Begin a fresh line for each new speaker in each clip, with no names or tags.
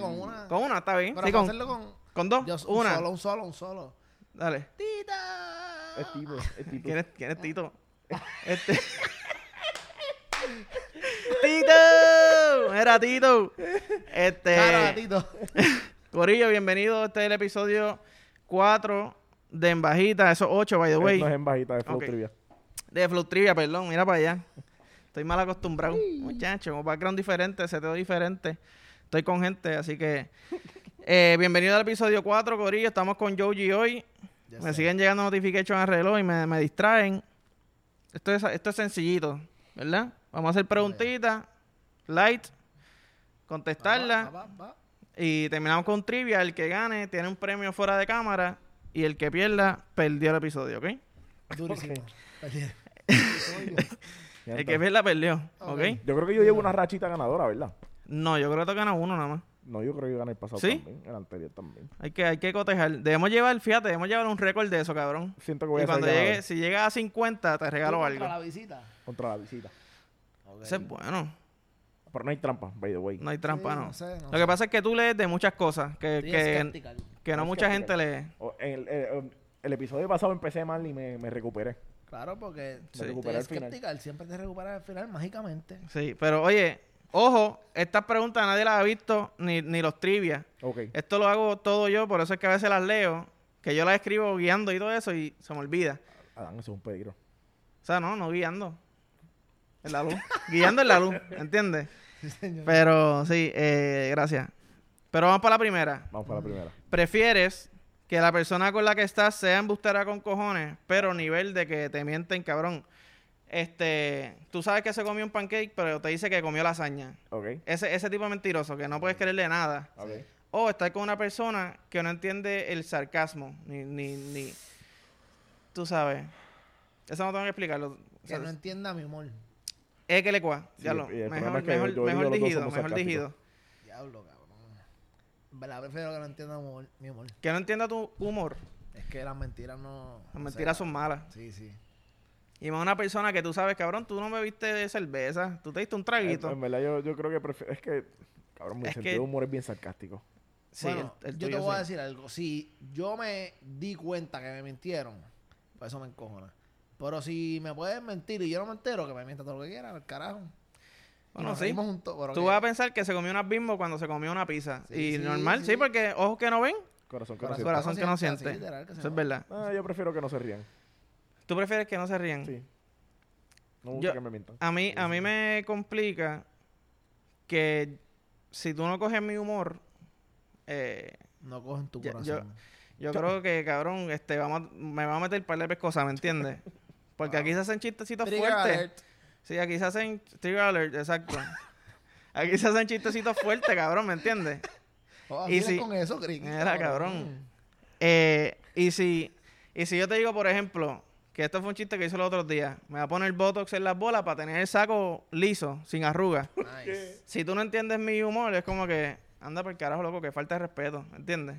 una.
Mm. Con una, está bien.
Pero
sí,
para
con,
hacerlo con.
con dos.
Dios, un
una.
solo, un solo, un solo. Este,
Dale.
¡Tita!
Eh,
Es tipo, es tipo.
¿Quién es, quién es Tito? Este. ¡Tito! Era Tito. Este.
Claro, gatito.
Corillo, bienvenido. Este es el episodio 4 de En Bajita. Eso 8, by the way.
Eh, No es en bajita de Flow
este Ok.
Trivia.
De Flow Trivia, perdón, mira para allá. Estoy mal acostumbrado, muchacho. Como background diferente, seteo diferente. Estoy con gente, así que. eh, bienvenido al episodio 4, Corillo. Estamos con Joji hoy.
Ya
me
sé.
siguen llegando notifications al reloj y me, me distraen. Esto es, esto es sencillito, ¿verdad? Vamos a hacer preguntitas, light,
Va, va,
contestarlas.
va, va, va.
Y terminamos con trivia. El que gane tiene un premio fuera de cámara. Y el que pierda, perdió el episodio, ¿ok?
Durísimo.
Ok.
Perdí.
Ya
El
está.
que pierda, perdió, ¿ok?
Ok.
Yo creo que yo llevo una rachita ganadora, ¿verdad?
No, yo creo que gana uno nada más.
No, yo creo que gané el pasado
¿Sí?
también, el anterior también.
Hay que, hay que cotejar. Debemos llevar, fíjate, debemos llevar un récord de eso, cabrón.
Siento que voy
Y
a ser
cuando
ganador
llegue, si llega a 50, te regalo
Tú contra
algo.
la visita.
contra la visita.
Ok.
Eso es bueno.
Pero no hay trampa, by the way.
No hay trampa,
Sí,
no.
no sé, no
Lo
sé.
que pasa es que tú lees de muchas cosas que,
Estoy
que,
escéptica.
que no
Es
mucha
que-
gente lee.
O- en el, el- el episodio pasado empecé mal y me, me recuperé.
Claro, porque
Me
Sí.
estoy
recuperé al final.
escéptica. Él siempre te recupera al final mágicamente.
Sí, pero oye, ojo, estas preguntas nadie las ha visto, ni, ni los trivia.
Ok.
Esto lo hago todo yo, por eso es que a veces las leo, que yo las escribo guiando y todo eso y se me olvida.
Adán, eso es un peligro.
O sea, no, no guiando. En la luz. guiando en la luz, ¿entiendes?
Sí, señor.
Pero sí, eh, gracias. Pero vamos para la primera.
Vamos para la primera.
¿Prefieres que la persona con la que estás sea embustera con cojones, pero nivel de que te mienten, cabrón? Este, tú sabes que se comió un pancake, pero te dice que comió lasaña.
Ok.
Ese, ese tipo de mentiroso, que no puedes creerle nada.
Ok.
O estar con una persona que no entiende el sarcasmo, ni, ni, ni... Tú sabes. Eso no tengo que explicarlo. O
que
sea,
no entienda mi humor.
es que le cua.
Sí,
Ya lo.
y
Mejor,
el problema es que
mejor,
yo- yo
mejor
digo los dos
digido,
somos
mejor
sarcásticos.
digido.
Diablo, cabrón. ¿Verdad? Prefiero que no entienda mi humor- mi humor.
Que no entienda tu humor.
Es que las mentiras no.
Las mentiras son malas.
Sí, sí.
Y más una persona que tú sabes, cabrón, tú no me viste de cerveza. Tú te diste un
En,
Eh, pues,
traguito.
en verdad, yo, yo creo que prefiero. Es que, cabrón, mi
Es
sentido
que-
de humor es bien sarcástico.
Sí,
Bueno,
el- el
yo te
tuyo
voy a
sí.
decir algo. Si yo me di cuenta que me mintieron, pues eso me encojona. Pero si me pueden mentir y yo no me entero, que me mientan todo lo que quieran, al carajo. Y
Bueno,
nos
sí.
reímos juntos, pero
Tú
que-
vas a pensar que se comió unas bimbo cuando se comió una pizza.
Sí,
y
sí,
normal, sí.
sí.
porque ojos que no ven,
Corazón.
Corazón, corazón.
corazón que no
siente,
siente.
sí, literal, que se
Eso es
joda.
verdad.
Ah, yo prefiero que no se rían.
Tú prefieres que no se rían.
Sí. No me
Mm.
gusta
Yo- Ah,
que me mientan.
A mí, a mí me complica que si tú no coges mi humor, eh,
No cogen tu
Ya- yo-
corazón.
yo creo que, cabrón, este, vamos, a- me va a meter par de pescosas, ¿me entiendes? Porque aquí se hacen chistecitos
Trigger
fuertes.
alert.
Sí, aquí se hacen trigger alert, exacto. Aquí se hacen chistecitos fuertes, cabrón, ¿me entiendes?
Oh,
Y
¿sigues
si-
con eso, Crick?
Mira, cabrón. Eh, y si, y si yo te digo, por ejemplo, que esto fue un chiste que hice los otros días, me va a poner botox en las bolas para tener el saco liso, sin arrugas.
Nice.
Si tú no entiendes mi humor, es como que anda por el carajo, loco, que falta de respeto, ¿me entiendes?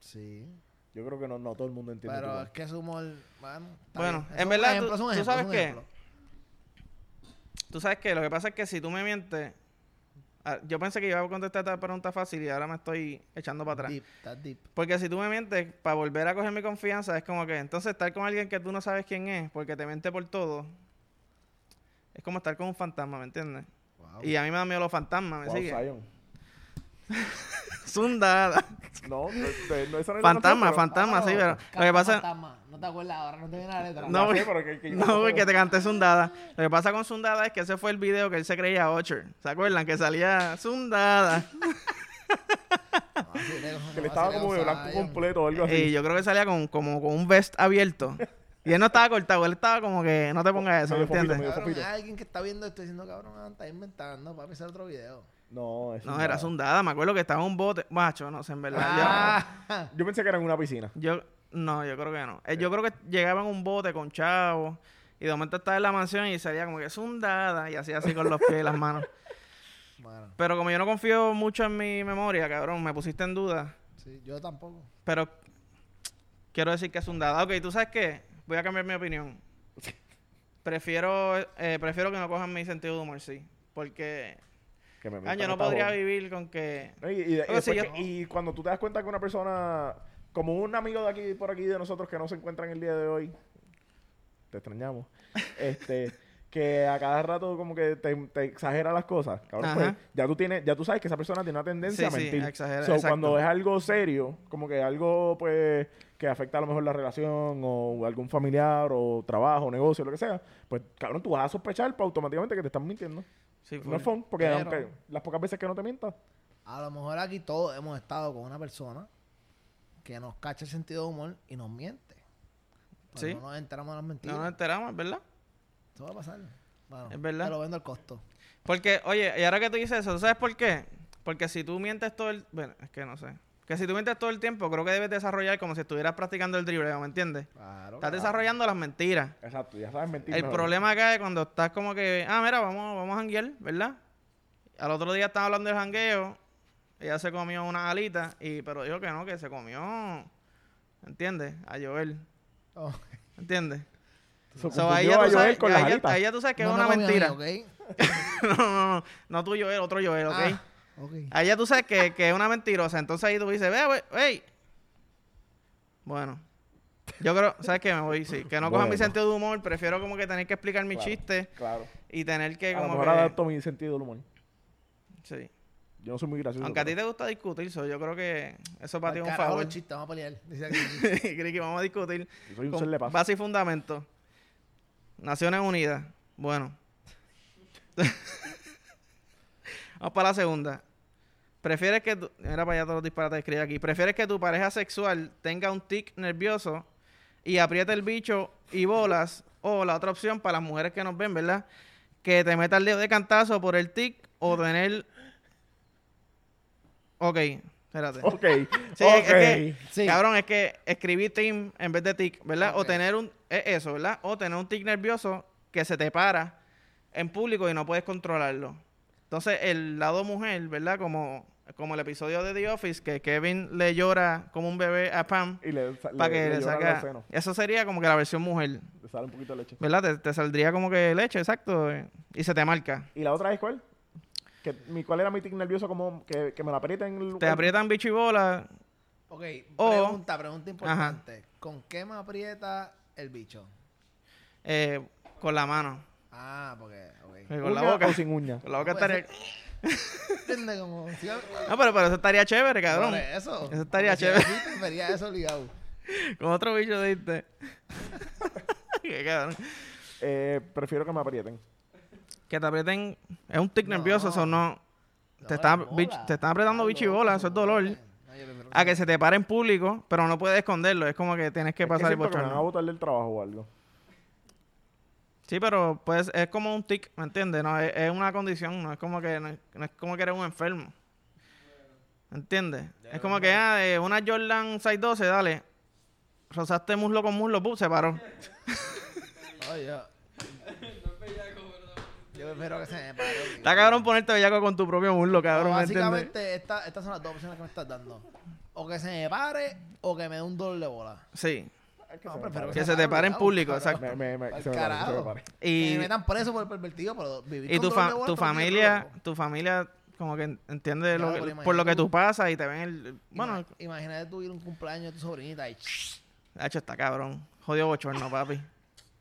Sí.
Yo creo que no, no todo el mundo entiende. tu
Pero
humor.
es que es humor. Bueno, está
Bueno,
bien.
en
Es un
verdad,
ejemplo,
tú-
es un
tú
ejemplo, es
sabes
un
que-
ejemplo.
Tú sabes que lo que pasa es que si tú me mientes, ah, yo pensé que iba a contestar esta pregunta fácil y ahora me estoy echando para atrás.
Deep, está deep.
Porque si tú me mientes, para volver a coger mi confianza, es como que entonces estar con alguien que tú no sabes quién es, porque te miente por todo, es como estar con un fantasma, ¿me entiendes?
Wow.
Y a mí me dan miedo los fantasmas, ¿me
Ah, Wow,
sigue?
Zion.
Zunda.
No, no, de- no, esa no es la
Fantasma,
canción,
fantasma, sí,
Ah,
pero lo
Canta
que pasa...
fantasma. No te acuerdas ahora, no te viene la letra.
No, porque-
pero- Sí, pero que- que yo-
No, porque te canté Zundada. Lo que pasa con Zundada es que ese fue el video que él se creía Ocher. ¿Se acuerdan? Que salía Zundada.
Ah,
Que le estaba como de blanco completo o algo así.
Y yo creo que salía con, como con un vest abierto. Y él no estaba cortado, él estaba como que no te pongas eso, ¿me
Medio poquito,
entiendes?
medio-
Cabrón,
Fofito.
hay alguien que está viendo esto diciendo, cabrón, ah, está inventando, para hacer otro video.
No, es
No,
nada.
era Zundada. Me acuerdo que estaba en un bote. Macho, no sé, en verdad.
Ah,
Yo pensé que era en una piscina.
Yo, yo- no, yo creo que no. Eh, Yo creo que llegaba en un bote con chavos. Y de momento estaba en la mansión y salía como que Zundada. Y hacía así con los pies y las manos.
mano,
Pero como yo no confío mucho en mi memoria, cabrón, me pusiste en duda.
sí, yo tampoco.
Pero quiero decir que es un dado. Ok, ¿tú sabes qué? Voy a cambiar mi opinión. Prefiero, eh, prefiero que no cojan mi sentido de humor, sí. Porque
Que me
Año, no
esta
podría
joven.
vivir con que.
Y, y- y
Porque
después
si yo-
que- y cuando tú te das cuenta que una persona, como un amigo de aquí, por aquí de nosotros que no se encuentran el día de hoy, te extrañamos, este, que a cada rato como que te, te exagera las cosas, cabrón,
Ajá.
pues, ya tú tienes, ya tú sabes que esa persona tiene una tendencia
Sí,
a
sí,
mentir.
exagera,
So,
exacto.
cuando es algo serio, como que algo pues que afecta a lo mejor la relación o algún familiar o trabajo, negocio, lo que sea, pues cabrón, tú vas a sospechar pues, automáticamente que te están mintiendo.
Sí, pues,
No
full.
es fun, porque
Pero-
aunque las pocas veces que no te mientas,
A lo mejor aquí todos hemos estado con una persona que nos cacha el sentido de humor y nos miente. Pero
Sí.
no nos enteramos de las mentiras.
no nos enteramos, es ¿verdad?
Eso va a pasar. Bueno,
Es verdad.
Te lo vendo al costo.
Porque, oye, y ahora que tú dices eso, ¿tú ¿sabes por qué? Porque si tú mientes todo el... Bueno, es que no sé. Que si tú mientes todo el tiempo, creo que debes desarrollar como si estuvieras practicando el dribleo, ¿me entiendes?
Claro.
Estás desarrollando las mentiras.
Exacto, ya sabes mentir.
El
mejor.
problema acá es cuando estás como que, ah, mira, vamos, vamos a janguear, ¿verdad? Al otro día están hablando del jangueo, ella se comió una alita, y, pero dijo que no, que se comió, ¿entiendes? A Joel,
Oh.
¿entiendes?
Se
So, ahí
confundió
ya
a
tú
Joel
sabes-
con las
ahí ya-
alitas.
ahí ya tú sabes que
No
es
me
una
comí a mí,
mentira.
¿ok?
no, no, no, no tú Joel, otro Joel, ¿ok?
Ah, ok.
Allá tú sabes que, que es una mentirosa. Entonces ahí tú dices, ve, ve, wey. Bueno. Yo creo, ¿sabes qué? Me voy, sí. Que no cojan mi
Bueno.
sentido de humor. Prefiero como que tener que explicar mi
Claro,
chiste
Claro.
y tener que
A lo
como
mejor adapto
que...
mi sentido del humor.
Sí.
Yo no soy muy gracioso.
Aunque a ti
pero-
te gusta discutir, so, yo creo que eso para
Al
ti es un
carajo
favor.
los chistes, vamos a pelear. Dice aquí.
Criqui, vamos a discutir.
Yo soy un
con
ser de paz.
Base y fundamento. Naciones Unidas. Bueno. Vamos para la segunda. ¿Prefieres que tu... Mira para allá todos los disparates que escribí aquí. ¿Prefieres que tu pareja sexual tenga un tic nervioso y apriete el bicho y bolas? O la otra opción para las mujeres que nos ven, ¿verdad? Que te meta el dedo de cantazo por el tic o tener... Ok, espérate.
Ok.
Sí,
ok.
es que-
Sí.
Cabrón, es que escribí team en vez de tic, ¿verdad? O
Ok.
tener un... es eso, ¿verdad? O tener un tic nervioso que se te para en público y no puedes controlarlo. Entonces, el lado mujer, ¿verdad? Como, como el episodio de The Office, que Kevin le llora como un bebé a Pam
Y le, sa-
para que le,
lloran los
saca...
senos.
Eso sería como que la versión mujer,
Le sale un poquito de leche.
¿verdad? Te, te saldría como que leche, exacto, eh, y se te marca.
¿Y la otra es cuál? Que, mi, ¿Cuál era mi tic nervioso? Como que, que me la aprieten. el-
Te aprietan bicho y bola.
Ok,
O-
pregunta, pregunta importante. ¿Con qué me aprieta el bicho?
eh, con la mano,
Ah, porque... ok.
eh, con la
uña
boca.
o sin uña.
Con la boca
No puede
estaría...
Entiende como... si-
No, pero, pero eso estaría chévere, cabrón.
Por eso.
Eso estaría
Porque si
chévere.
era así, prefería eso ligado.
Con otro bicho diste. Qué cabrón.
Eh, prefiero que me aprieten.
Que te aprieten. Es un tic
No.
nervioso, eso no.
No,
Te están,
es bola.
bich- te están apretando
Ah,
bicho y
loco,
bola, eso es dolor.
No, yo prefiero
A que se te pare en público, pero no puedes esconderlo. Es como que tienes que
Es
pasar el
siento que me van a
bochorno.
botar del trabajo o algo.
Sí, pero pues es como un tic, ¿me entiendes? No, es, es una condición, no es como que no es, no es como que eres un enfermo. ¿Me entiendes? Es como que ah, de una Jordan 612, dale. Rozaste muslo con muslo, pues, ¡pum! se paró.
Ay, ya. Yo prefiero que se me pare. tío.
Está cabrón ponerte bellaco con tu propio muslo, cabrón,
No,
¿me entiendes?
básicamente, esta- estas son las dos opciones que me estás dando. O que se me pare o que me dé un dolor de bola.
Sí.
Es que
No,
se me
prefiero
pare.
Que se te pare en
ligado,
público,
cabrón.
exacto.
Me- me- me-
Pa'l
se me pare, se me
carajo.
pare.
Que
Y,
me metan preso por el pervertido, pero vivir
y
con
tu,
dolor
fa-
de bola
tu
todo el día,
familia,
loco.
tu familia como que en- entiende
Ya
lo
lo
que-
podría
por lo que
imaginar.
tú pasas y te ven el... Bueno,
Ima- imagínate tú ir a un cumpleaños de tu sobrinita y
hecho está cabrón. Jodido bochorno, papi.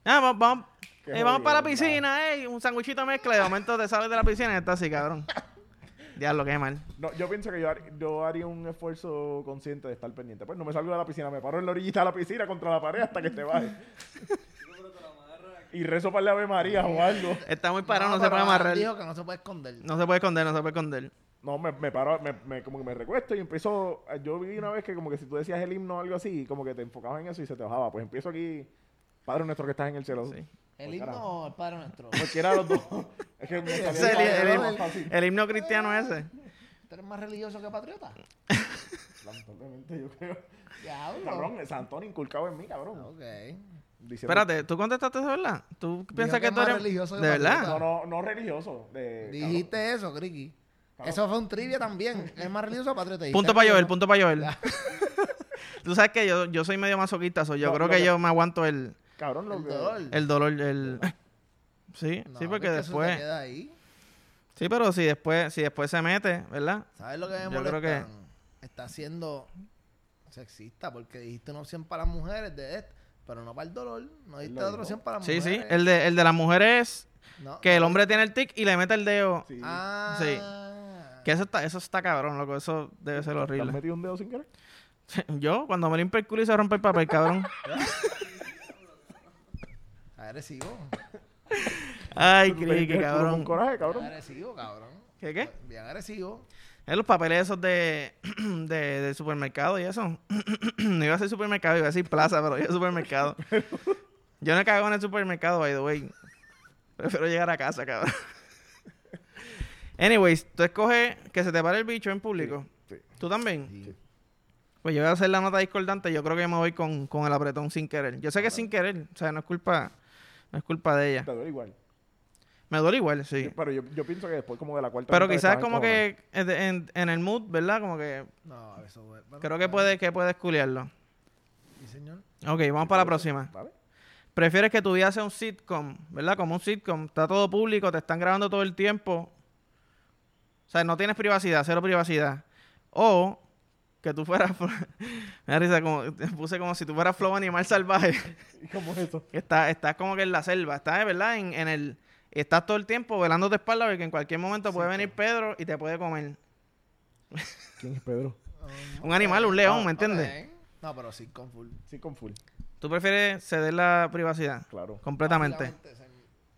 Ah, vamos, vamos,
Qué
eh, vamos para la
jodienda.
piscina, eh, un sanguichito de mezcla. y De momento te sales de la piscina y estás así, cabrón. Diablo, qué mal.
No, yo pienso que yo, har- yo haría un esfuerzo consciente de estar pendiente. Pues no me salgo de la piscina, me paro en la orillita de la piscina contra la pared hasta que te baje. y rezo para la Ave María o algo.
Está muy parado, no, se
pero
puede amarrar.
Dijo que no se puede esconder.
No se puede esconder, no se puede esconder.
No, me, me paro, me, me- como que me recuesto y empiezo. Yo viví una vez que, como que si tú decías el himno o algo así, como que te enfocabas en eso y se te bajaba. Pues empiezo aquí, Padre nuestro que estás en el cielo.
Sí.
El
Pues,
himno
carajo.
o el padre nuestro. Tú
Cualquiera de los dos. es que me salía
Ese es el, el-
el, padre, era
el-
más fácil.
el himno cristiano ese.
eres más religioso que patriota.
Lamentablemente, yo creo.
Diablo.
Cabrón, Eh, es Antonio inculcado en mí, cabrón.
Ok.
Diciendo-
Espérate, ¿tú contestaste eso, verdad? ¿Tú piensas
que
que,
es
tú
más
eres...
religioso que
¿De verdad?
patriota.
No, no, no religioso. de-
Dijiste eso, Criqui.
Cabrón.
Eso fue un trivia también. Es más religioso que patriota.
Punto para Joel, punto para Joel. Tú sabes que yo, yo soy medio masoquista, so yo
No,
creo
lo
que,
que-
yo me aguanto el,
Cabrón,
El
lo que.
dolor.
el dolor, el... Eh, Sí, sí, porque
es que eso te
después...
queda ahí.
Sí, pero si después, si después se mete, ¿verdad?
¿Sabes lo que me
Yo
molesta?
creo que-
Está siendo sexista porque dijiste una opción para las mujeres de este, pero no para el dolor. No dijiste
lo
otra
dijo.
opción para las
Sí, sí.
mujeres.
El de, el de las mujeres
No,
que el
no.
hombre tiene el tic y le mete el dedo.
Sí.
Ah.
Sí. Que eso está, eso está cabrón, loco. Eso debe ser
¿Te has
horrible.
metido un dedo sin querer?
Yo, cuando me limpio el culo y se rompe el papel, cabrón.
Agresivo.
Ay,
Te
criqui,
limpias el culo con
cabrón.
coraje,
Bien
cabrón.
agresivo, cabrón. Pues,
¿Qué, qué?
Bien agresivo.
Es los papeles esos de, de, de supermercado y eso. no iba a ser supermercado, iba a decir plaza, pero yo supermercado. yo no he cagado en el supermercado, by the way. Prefiero llegar a casa, cabrón. Anyways, tú escoges que se te pare el bicho en público.
Sí.
¿Tú también?
Sí.
Pues yo voy a hacer la nota discordante. Yo creo que me voy con, con el apretón sin querer. Yo sé que es sin querer. O sea, no es culpa, no es culpa de ella.
Te duele igual.
Me duele igual, sí.
Pero yo, yo pienso que después como de la cuarta...
Pero
mitad
quizás
estaban
como
cojones.
que en, en- en el mood, ¿verdad? Como que
No, eso fue- bueno,
creo que
claro.
puedes que puedes culiarlo.
Sí, señor.
Ok, vamos para la próxima.
Vale.
¿Prefieres que tu vida sea un sitcom, ¿verdad? Como un sitcom. Está todo público, te están grabando todo el tiempo. O sea, no tienes privacidad, cero privacidad. O que tú fueras... me da risa, como, te puse como si tú fueras flow animal salvaje.
¿Y cómo es eso?
Que Está, estás como que en la selva, estás, eh, ¿verdad? En, en el, estás todo el tiempo velando tu espalda porque en cualquier momento puede venir Pedro y te puede comer.
¿Quién es Pedro?
Un animal, un león, ¿me entiendes?
Ok. No, pero sí, con full.
Sí, con full.
¿Tú prefieres ceder la privacidad?
Claro,
Completamente.
Básicamente, es el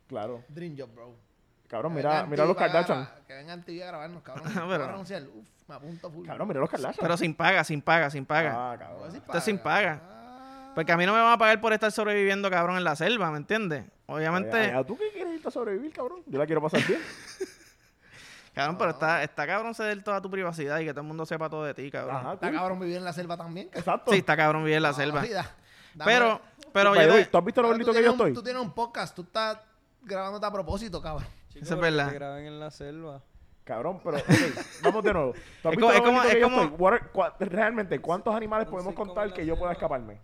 claro.
Dream job, bro.
Cabrón,
Que
mira,
vengan
mira los
TV a grabar-
Kardashian.
Que vengan TV a grabarnos, cabrón.
Pero-
Voy a renunciar. Uf, me apunto full.
Cabrón, mira los Kardashian.
Pero sin paga, sin paga, sin paga.
Ah,
Voy a
cabrón.
decir
Esto es sin paga.
Ah.
Porque a mí no me van a pagar por estar sobreviviendo, cabrón, en la selva, ¿me entiendes? Obviamente,
Ay, ay, ¿Tú qué quieres irte a sobrevivir, cabrón? Yo la quiero pasar bien.
cabrón, pero está, está cabrón ceder toda tu privacidad y que todo el mundo sepa todo de ti, cabrón.
Ajá,
Está
cool.
cabrón vivir en la selva también. que-
Exacto.
Sí, está cabrón vivir en la
No,
selva.
sí, da- dame-
Pero, pero
By
yo
the way,
te-
¿Tú has visto lo
Ahora tú
bonito que yo
tienes un- Tú
estoy?
tienes un podcast, tú estás grabándote a propósito, cabrón.
Chico,
Eso es
pero que
verdad.
te graben en la selva.
Cabrón, pero ok, vamos de nuevo. ¿Tú has
Es
visto
como-
lo
es como-
bonito que
es
yo
como-
estoy? What are- cua- Realmente, ¿cuántos animales
un
podemos
circo en
contar
la
que yo pueda
selva.
escaparme?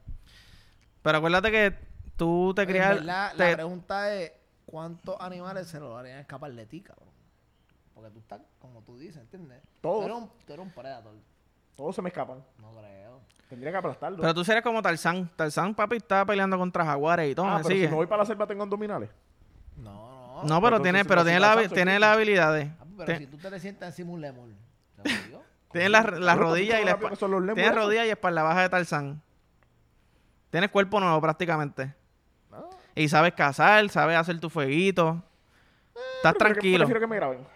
Pero acuérdate que tú te
En
creas...
verdad,
te-
La pregunta es: ¿cuántos animales se lo harían escapar de ti, cabrón? Porque tú estás, como tú dices, ¿entiendes?
Todos.
Tú eres un, tú eres un predator.
Todos se me escapan.
No creo.
Tendría que aplastarlos.
Pero tú serías como Tarzán. Tarzán, papi, está peleando contra jaguares y todo, ¿me
ah, pero si
sigue?
me voy para la selva tengo abdominales.
No, no.
No, pero
Entonces,
tiene,
si
pero
no, si
tiene, la,
Tarzán soy
tiene
yo.
las habilidades.
Ah, Pero
Te-
si tú te le sientas encima un lemur, ¿se murió?
Tienes las las
Cabrón,
rodillas y la
¿tú sabes lo
espalda.
que son los lemures
Tienes
esos?
rodillas y espalda baja de Tarzán. Tienes cuerpo nuevo prácticamente.
Ah,
Y sabes cazar, sabes hacer tu fueguito. Estás
prefiero Eh, que-
tranquilo.
Prefiero que me graben.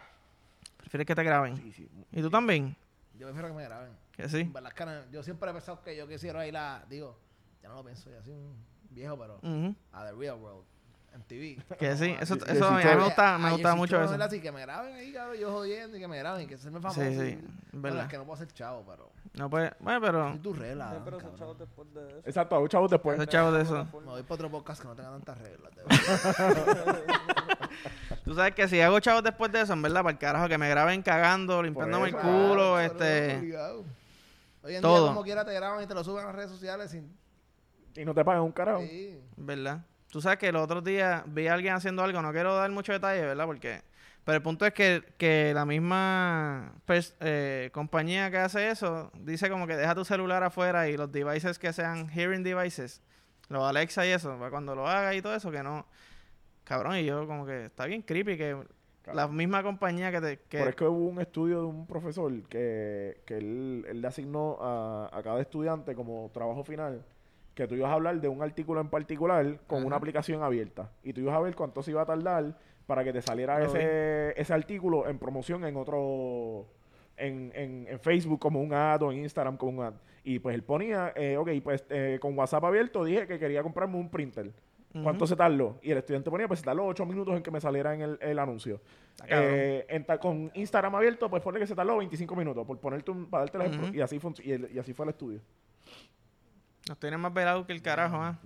Prefieres que te graben. ¿Y tú también?
Yo prefiero que me graben.
Que sí.
En verdad, cara, yo siempre he pensado que yo quisiera ir a. Digo, ya no lo pienso, ya soy un viejo, pero.
Ujú.
A The Real World. En Ah, TV.
Que sí. Eso,
Ah, yo- yo
eso a mí
sí
me
creo-
gusta,
Ah,
me gusta mucho eso.
Así que me graben ahí, cabrón, yo jodiendo y que me graben y que se me famoso.
Sí, sí,
y-
es
Bueno,
verdad.
es que no puedo ser chavo, pero.
No puede, bueno,
Y
pero
tus reglas.
Sí, pero
Ah, cabrón.
esos chavos después de eso.
Exacto, a un chavo después.
esos chavos de eso.
Me
plataforma.
voy para otro podcast que no tenga tantas reglas. de verdad.
Tú sabes que si hago chavos después de eso, en verdad, para el carajo, que me graben cagando, limpiándome el
eso,
culo,
Claro, eso es
este...
obligado. Hoy en
todo.
día, como quiera, te graban y te lo suben a las redes sociales sin.
Y no te pagan un carajo.
Sí.
¿Verdad? Tú sabes que el otro día vi a alguien haciendo algo, no quiero dar mucho detalle, ¿verdad? Porque... Pero el punto es que, que la misma pers- eh, compañía que hace eso dice como que deja tu celular afuera y los devices que sean hearing devices, los Alexa y eso, para cuando lo haga y todo eso, que no... Cabrón, y yo como que está bien creepy que la
Cabrón.
misma compañía que te... que-
Pero es que hubo un estudio de un profesor que, que él, él le asignó a, a cada estudiante como trabajo final que tú ibas a hablar de un artículo en particular con
Ajá.
una aplicación abierta. Y tú ibas a ver cuánto se iba a tardar para que te saliera
Lo
ese, ese artículo en promoción en otro... En, en, en Facebook como un ad o en Instagram como un ad. Y pues él ponía, eh, ok, pues eh, con WhatsApp abierto dije que quería comprarme un printer.
Ujú.
¿Cuánto se tardó? Y el estudiante ponía, pues se tardó 8 minutos en que me saliera en el, el anuncio.
Ah, cabrón.
Eh, en ta- con Instagram abierto, pues ponle que se tardó 25 minutos, por ponerte un, para darte el ejemplo.
Ujú.
y, así func- y, el- y así fue el estudio.
Nos tienen más velados que el carajo, ¿ah?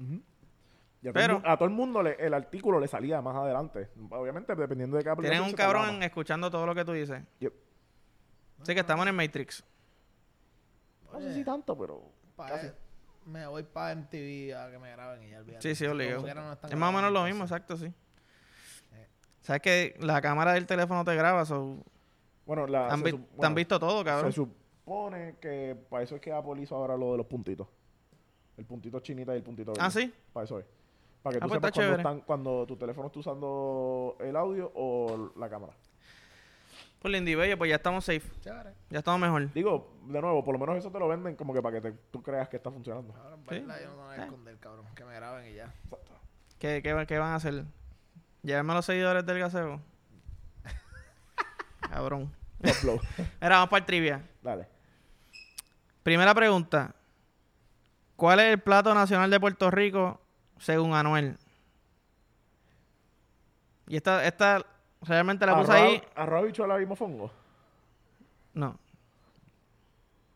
Y a,
Pero-
todo el, mu- a todo el mundo le- el artículo le salía más adelante. Obviamente, dependiendo de cada
Tienen
aplicación,
un
se
cabrón
tardaba más.
escuchando todo lo que tú dices.
Yep.
Así que estamos en el Matrix.
No sé si tanto, pero...
Pa-
casi.
me voy para MTV a que me graben y ya olvídate.
Sí, sí,
Como
obligado.
quiera no están
Es más o menos
grabando, Eh.
lo mismo,
entonces.
exacto, sí. Sabes que la cámara del teléfono te graba, so,
Bueno, la,
han
Ah, se
vi-
sup-
te han
bueno,
visto todo, cabrón.
Se supone que para eso es que Apple hizo ahora lo de los puntitos. El puntito chinita y el puntito verde.
Ah, sí.
Para eso es. Para que
Ah,
tú
pues
sepas
está
cuando,
chévere.
están- cuando tu teléfono está usando el audio o la cámara.
Pues Lindy Bello, pues ya estamos safe.
Chévere.
Ya estamos mejor.
Digo, de nuevo, por lo menos eso te lo venden como que para que te- tú creas que está funcionando.
Ahora, en
Sí.
verdad, yo no me voy a esconder, cabrón. Que me graben y ya.
Exacto.
¿Qué, qué, qué van a hacer? ¿Llevarme a los seguidores del gaseo? Cabrón.
Upload.
Mira, vamos para el trivia.
Dale.
Primera pregunta. ¿Cuál es el plato nacional de Puerto Rico según Anuel? Y esta, esta realmente la puse
Arroz-
ahí.
Arroz habichuela y mofongo.
No.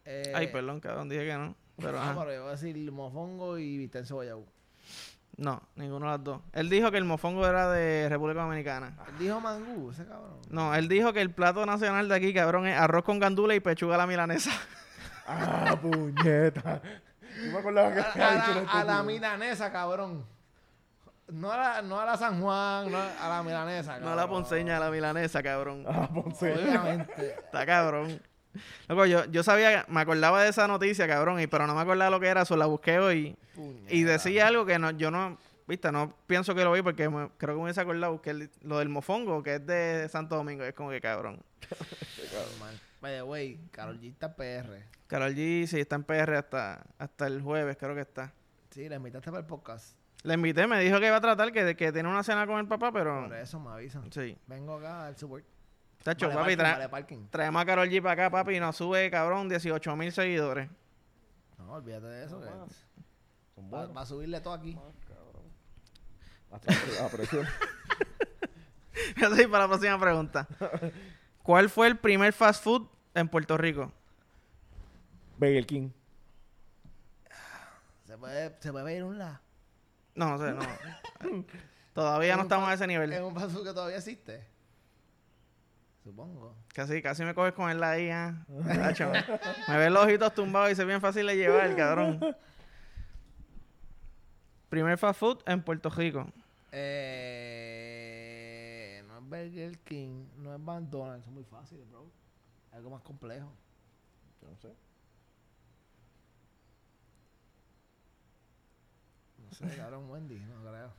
Eh,
Ay, perdón, cabrón, dije que no. Pero,
no,
ajá.
pero yo voy a decir mofongo y Vistén Sobayau.
No, ninguno de las dos. Él dijo que el mofongo era de República Dominicana.
Él dijo mangú, ese cabrón.
No, él dijo que el plato nacional de aquí, cabrón, es arroz con gandula y pechuga a la milanesa.
Ah, puñeta. Yo me acordaba que
A,
había
a
dicho
la,
lo
a la
estúpido.
milanesa, cabrón. No a la, no a la San Juan, no a, a la milanesa, cabrón.
No a la ponceña, a la milanesa, cabrón.
Ah, Ponce.
Obviamente.
Está cabrón. Loco, yo, yo sabía, me acordaba de esa noticia, cabrón, y, pero no me acordaba lo que era, solo la busqué hoy. Y
Puñeta.
decía algo que no, yo no, viste, no pienso que lo vi porque me- creo que me hubiese acordado que el- lo del mofongo, que es de Santo Domingo, es como que cabrón.
Normal. este By the way, Karol G está PR.
Carol G, sí, está en PR hasta, hasta el jueves, creo que está.
Sí, la invitaste para el podcast.
La invité, me dijo que iba a tratar, que, que tiene una cena con el papá, pero...
Por eso me avisan.
Sí.
Vengo acá al super.
Tacho,
Vale
papi,
parking,
tra-
vale parking.
traemos a Carol G para acá, papi, y nos sube, cabrón, 18 mil seguidores.
No, olvídate de eso. que
Ah,
Son
va,
buenos.
va a subirle todo aquí.
Hasta la presión.
Así para la próxima pregunta. ¿Cuál fue el primer fast food en Puerto Rico?
Burger King.
Se puede, se puede ver un la.
No, no sé, no. Todavía no estamos a ese
Es
nivel.
un paso que todavía existe. Supongo.
Casi, casi me coges con el la IA. Tacho, me ves los ojitos tumbados y se bien fácil de llevar, cabrón. Primer fast food en Puerto Rico.
Eh, no es Burger King, no es McDonald's, es muy fácil, bro. Algo más complejo.
Yo no sé.
No sé, cabrón, Wendy, no creo.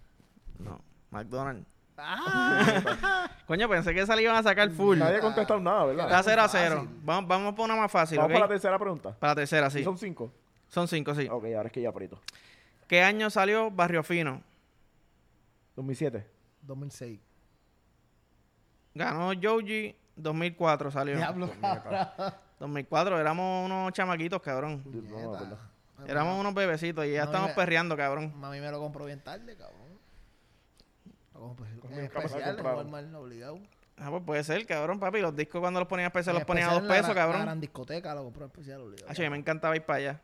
No, McDonald's.
¡Ah!
Coño, pensé que esa le iban a sacar full.
Nadie ha contestado nada,
Está
¿verdad?
Gracias.
0 a
Fácil.
0. Vamos, vamos por una más fácil,
Vamos
¿ok?
para la tercera pregunta.
Para la tercera, sí.
Son cinco.
Son cinco, sí.
Ok, ahora es que ya aprieto.
¿Qué año salió Barrio Fino?
2007.
2006.
Ganó Joji 2004 salió.
Diablo, cabrón.
2004 éramos unos chamaquitos, cabrón.
Yo No me acuerdo.
Puñeta.
Éramos unos bebecitos y ya
No,
estamos
iba-
perreando, cabrón.
Mami me lo compró bien tarde, cabrón. Lo compré
Con
en
mi cama se la
especial en
compraron.
Walmart, obligado.
Ah, pues puede ser, cabrón, papi. Los discos cuando los ponían a pesos
En
los ponían a
especial
dos
en la
pesos,
gran- La
cabrón.
gran discoteca lo compró en especial, obligado.
Ah, yo me encantaba ir para allá.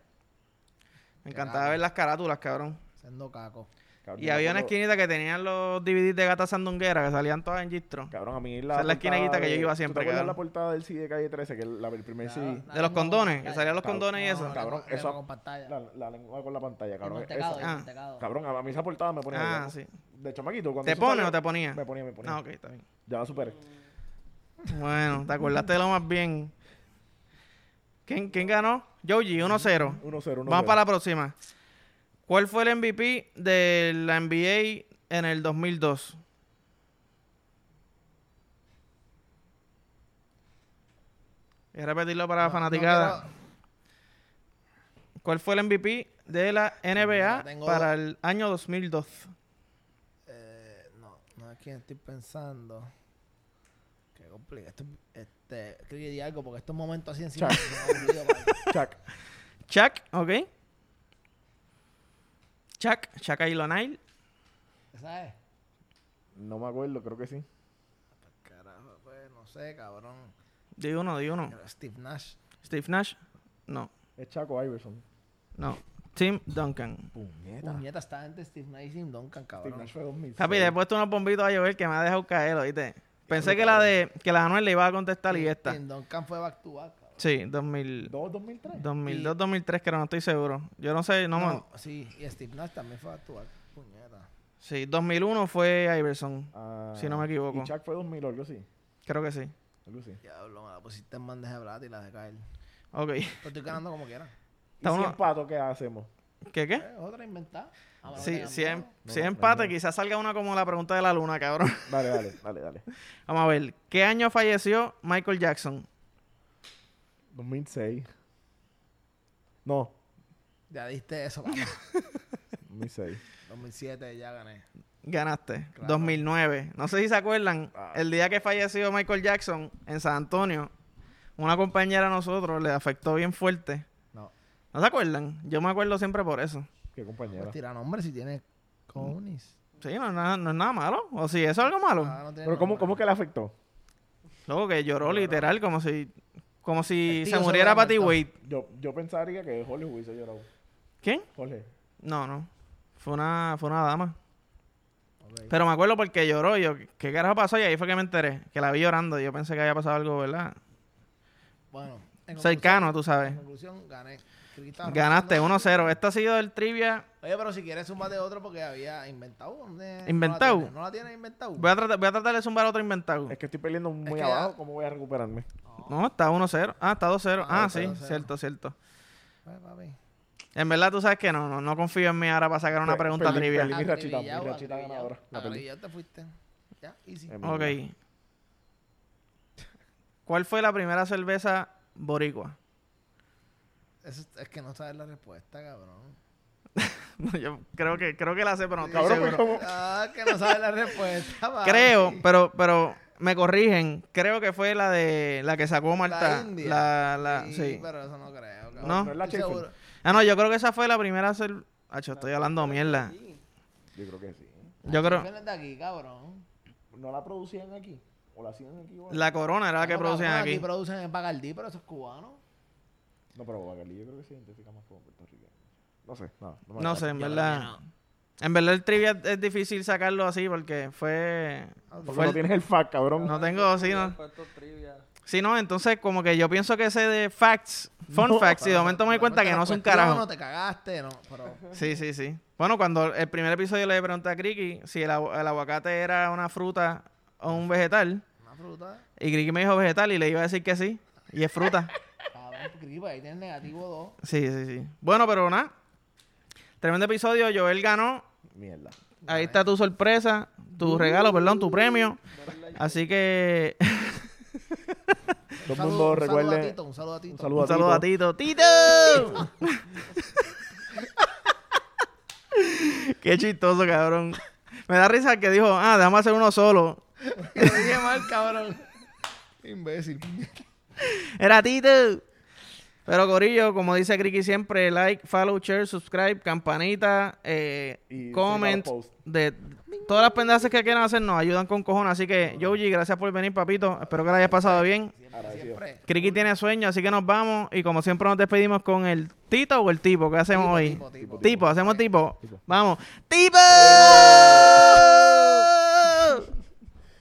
Me
Qué
encantaba
cabrón.
ver las carátulas, cabrón.
Siendo caco.
Cabrón,
Y
yo me
había una
acuerdo-
esquinita que tenían los DVDs de Gata Sandunguera que salían todas en Gistro.
Cabrón, a mí
Esa
la.
es la
portada
esquinita que yo
de-
iba
¿tú te
siempre,
acuerdas
cabrón?
la portada del CD de calle 13, que es la- el primer CD.
De los condones, que salían los
Cabrón,
condones y
No,
eso.
la-
Cabrón,
la-
eso-
Con pantalla.
La, la lengua con la pantalla,
el
cabrón.
mantecado, el
esa- ah,
mantecado.
Esa- cabrón, a mí esa portada me ponía.
Ah,
loco.
sí.
De chamaquito. Cuando
¿Te
eso
pone
salió-
o te ponía?
Me ponía, me ponía.
Ah, ok, está bien.
Ya la superé.
Bueno, te acordaste de lo más bien. ¿Quién, quién ganó? Joji, 1-0.
1-0, 1-0.
Vamos para la próxima. ¿Cuál fue el MVP de la NBA en el 2002? Voy a repetirlo para la
No, no
fanaticada. ¿Cuál fue el MVP de la NBA
No, tengo
para el año 2002?
quiero- eh, no, no es quien estoy pensando. Qué complicado. Esto, este, creo que di algo porque estos momentos así encima.
Chuck.
se me han olvidado, padre.
Chuck.
Chuck, ¿ok? Chuck, Chuck Ailonai.
¿Sabes?
No me acuerdo, creo que sí.
Carajo, pues, no sé, cabrón.
Di uno, di uno.
Era Steve Nash.
Steve Nash, no,
Es Chaco Iverson.
no. Tim Duncan.
Puñeta.
Puñeta, estaba entre Steve Nash y Tim Duncan,
Steve
cabrón.
Nash fue 2006.
Papi, le he puesto unos bombitos a llover que me ha dejado caer, ¿oíste? Pensé que la de que la de Anuel le iba a contestar y esta.
Tim Duncan fue back to back, cabrón.
Sí, 2000,
¿Dos, 2003?
2002, 2003, que no estoy seguro. Yo no sé, no, me-
sí, y Steve Nash también fue back to back. Puñeta.
Sí, 2001 fue Iverson.
Ah,
Si no me equivoco.
Y Chuck fue 2000 o algo así.
Creo que sí.
Algo así.
Diablo, me la pusiste en bandeja plata y la de caer.
Ok.
Pero estoy ganando como quiera.
¿Y
Estamos-
si empato qué hacemos?
¿Qué qué?
Eh, otra Ah, inventada. A menos que
Sí,
hagan
si es,
todo.
si es
No,
empate,
no.
quizás salga una como la pregunta de la luna, cabrón.
Dale, dale, dale, dale.
Vamos a ver. ¿Qué año falleció Michael Jackson?
2006. No,
Ya diste eso, papá.
2006.
2007 ya gané.
Ganaste.
Claro.
2009. No sé si se acuerdan,
Ah.
el día que falleció Michael Jackson en San Antonio, una compañera a nosotros le afectó bien fuerte.
No.
¿No se acuerdan? Yo me acuerdo siempre por eso.
Qué compañera.
Pues tira nombre si tiene conis.
Sí, no es nada, no es nada malo. O si eso es algo malo.
Ah, no tiene
Pero ¿cómo,
nombre.
¿cómo que le afectó?
Luego que lloró literal, como si, como si
El tío
se
se
muriera
hubiera
Patty
muerto.
Wade.
Yo, yo pensaría que Jorge hubiese llorado.
¿Quién?
Jorge.
No, no. Fue una, fue una dama.
Ok.
Pero me acuerdo porque lloró. y Yo, ¿qué carajo pasó? Y ahí fue que me enteré. Que la vi llorando. y Yo pensé que había pasado algo, ¿verdad?
Bueno, en
Cercano, tú
conclusión-
sabes.
En conclusión, gané. Criquita,
Ganaste
rozando.
1-0. Este ha sido el trivia.
Oye, pero si quieres zumbate otro porque había inventado. uno, ¿no?
¿Inventado?
No la tienes inventado.
Voy a, tratar, voy a tratar de zumbar otro inventado.
Es que estoy peleando muy
que ya-
abajo. ¿Cómo voy a recuperarme?
No, está 1-0. Ah, está 2-0.
Ah,
Ah,
está
sí,
2-0.
cierto, cierto.
Ay, pues, papi.
En verdad, tú sabes que no, no, no confío en mí ahora para sacar
Pues,
una
Pe-
pregunta
perdí-
trivia.
perdí. mi rachita, mi
Acribillado,
rachita
acribillado.
ganadora. La Em. perdí.
Acribillado te fuiste. Ya, easy.
En verdad.
Ok. ¿Cuál fue la primera cerveza boricua?
Eso es- es que no sabes la respuesta, cabrón.
No, Yo creo que, creo que la sé, pero no estoy
Cabrón, pues,
seguro.
¿cómo?
Ah, que no sabes la respuesta, papi.
Creo, pero, pero me corrigen. Creo que fue la de la que sacó Marta.
India.
La, la-
sí,
sí.
pero eso no creo, cabrón.
No.
¿No es la
Estoy
Sheffield?
seguro.
Ah, no, yo creo que esa fue la primera cerveza. estoy hablando mierda.
Yo creo que sí.
Yo creo.
Sheffield es de aquí, cabrón.
¿No la producían aquí? ¿O la hacían aquí? o-
La corona era la que
No, cabrón,
producían
Aquí
aquí.
producen en Bacardí, pero eso es cubano.
No, pero Bacalí yo creo que se identifica más como puertorriqueño. No sé, no.
No
me acuerdo.
sé, en
Yo creo
verdad. En verdad el trivia es difícil sacarlo así porque fue.
Porque
fue
no
el-
tienes el fact, cabrón.
no tengo, sí, no.
Puesto trivia.
Sí, no, entonces como que yo pienso que ese de facts, fun
No,
facts, y de
Pero
momento
no-
me doy cuenta
te
que
la
no es un
cuestiono,
carajo.
No te cagaste, no. Pero
Sí, sí, sí. Bueno, cuando el primer episodio le pregunté a Criqui si el, agu- el aguacate era una fruta o un vegetal,
una fruta.
y Criqui me dijo vegetal y le iba a decir que sí, y es fruta.
Cabrón, gripa, ahí tienes negativo
Sí, sí, sí. Bueno, pero nada. Tremendo episodio, Joel ganó.
Mierda.
Ahí está tu sorpresa, tu regalo, perdón, tu premio.
Uh. Dale like.
Así que
2. Un
Todo el mundo
saludo a
recuerde.
Tito, un saludo a Tito.
Un saludo
un
a
saludo a
Tito.
Tito. ¡Tito! Qué chistoso, cabrón. Me da risa que dijo, ah, déjame hacer uno solo.
Lo dije mal, cabrón. Imbécil.
Era Tito. Pero Corillo, como dice Criqui siempre, like, follow, share, subscribe, campanita, eh,
Y
comment,
siga los posts.
de todas las pendejas que quieran hacer nos ayudan con cojones. Así que, Yoji, gracias por venir, papito. Espero que la hayas pasado bien.
Agradecido.
Siempre.
Criqui tiene sueño, así que nos vamos. Y como siempre nos despedimos con el Tito o el Tipo. ¿Qué hacemos
Tipo,
hoy?
tipo, tipo,
Tipo, hacemos tipo.
Tipo.
Vamos. ¡Tipo!